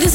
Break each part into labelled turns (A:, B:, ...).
A: this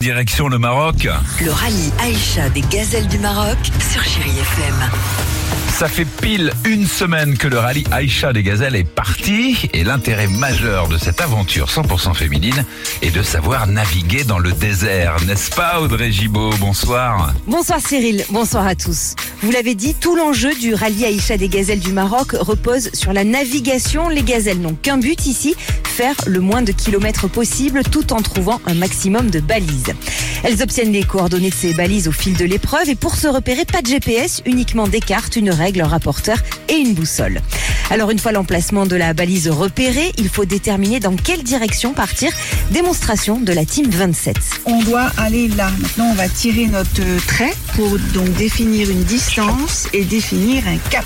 B: Direction le Maroc.
C: Le rallye Aïcha des Gazelles du Maroc sur Chérie FM.
B: Ça fait pile une semaine que le rallye Aïcha des Gazelles est parti et l'intérêt majeur de cette aventure 100% féminine est de savoir naviguer dans le désert, n'est-ce pas Audrey Gibaud Bonsoir.
D: Bonsoir Cyril, bonsoir à tous. Vous l'avez dit, tout l'enjeu du rallye Aïcha des gazelles du Maroc repose sur la navigation. Les gazelles n'ont qu'un but ici, faire le moins de kilomètres possible tout en trouvant un maximum de balises. Elles obtiennent les coordonnées de ces balises au fil de l'épreuve et pour se repérer, pas de GPS, uniquement des cartes, une règle, un rapporteur et une boussole. Alors une fois l'emplacement de la balise repérée, il faut déterminer dans quelle direction partir. Démonstration de la team 27.
E: on doit aller là. Maintenant, on va tirer notre euh, trait pour donc définir une distance et définir un cap.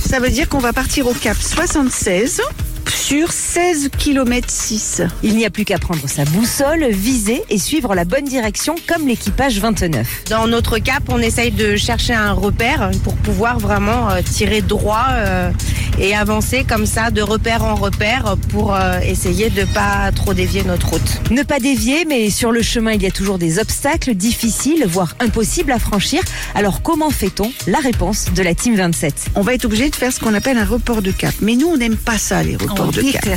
E: Ça veut dire qu'on va partir au cap 76 sur 16 km 6.
D: Il n'y a plus qu'à prendre sa boussole, viser et suivre la bonne direction comme l'équipage 29.
F: Dans notre cap, on essaye de chercher un repère pour pouvoir vraiment euh, tirer droit euh, et avancer comme ça de repère en repère pour euh, essayer de pas trop dévier notre route.
D: Ne pas dévier, mais sur le chemin, il y a toujours des obstacles difficiles, voire impossibles à franchir. Alors comment fait-on La réponse de la Team 27.
E: On va être obligé de faire ce qu'on appelle un report de cap. Mais nous, on n'aime pas ça, les reports de cap.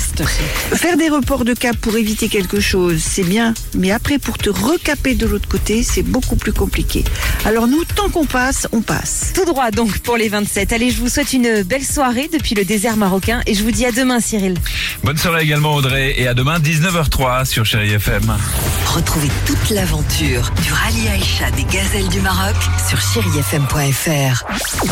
E: Faire des reports de cap pour éviter quelque chose, c'est bien. Mais après, pour te recaper de l'autre côté, c'est beaucoup plus compliqué. Alors nous, tant qu'on passe, on passe.
D: Tout droit donc pour les 27. Allez, je vous souhaite une belle soirée depuis le désert marocain et je vous dis à demain Cyril.
B: Bonne soirée également Audrey et à demain 19h03 sur Chérie FM.
C: Retrouvez toute l'aventure du rallye Aïcha des Gazelles du Maroc sur chérifm.fr.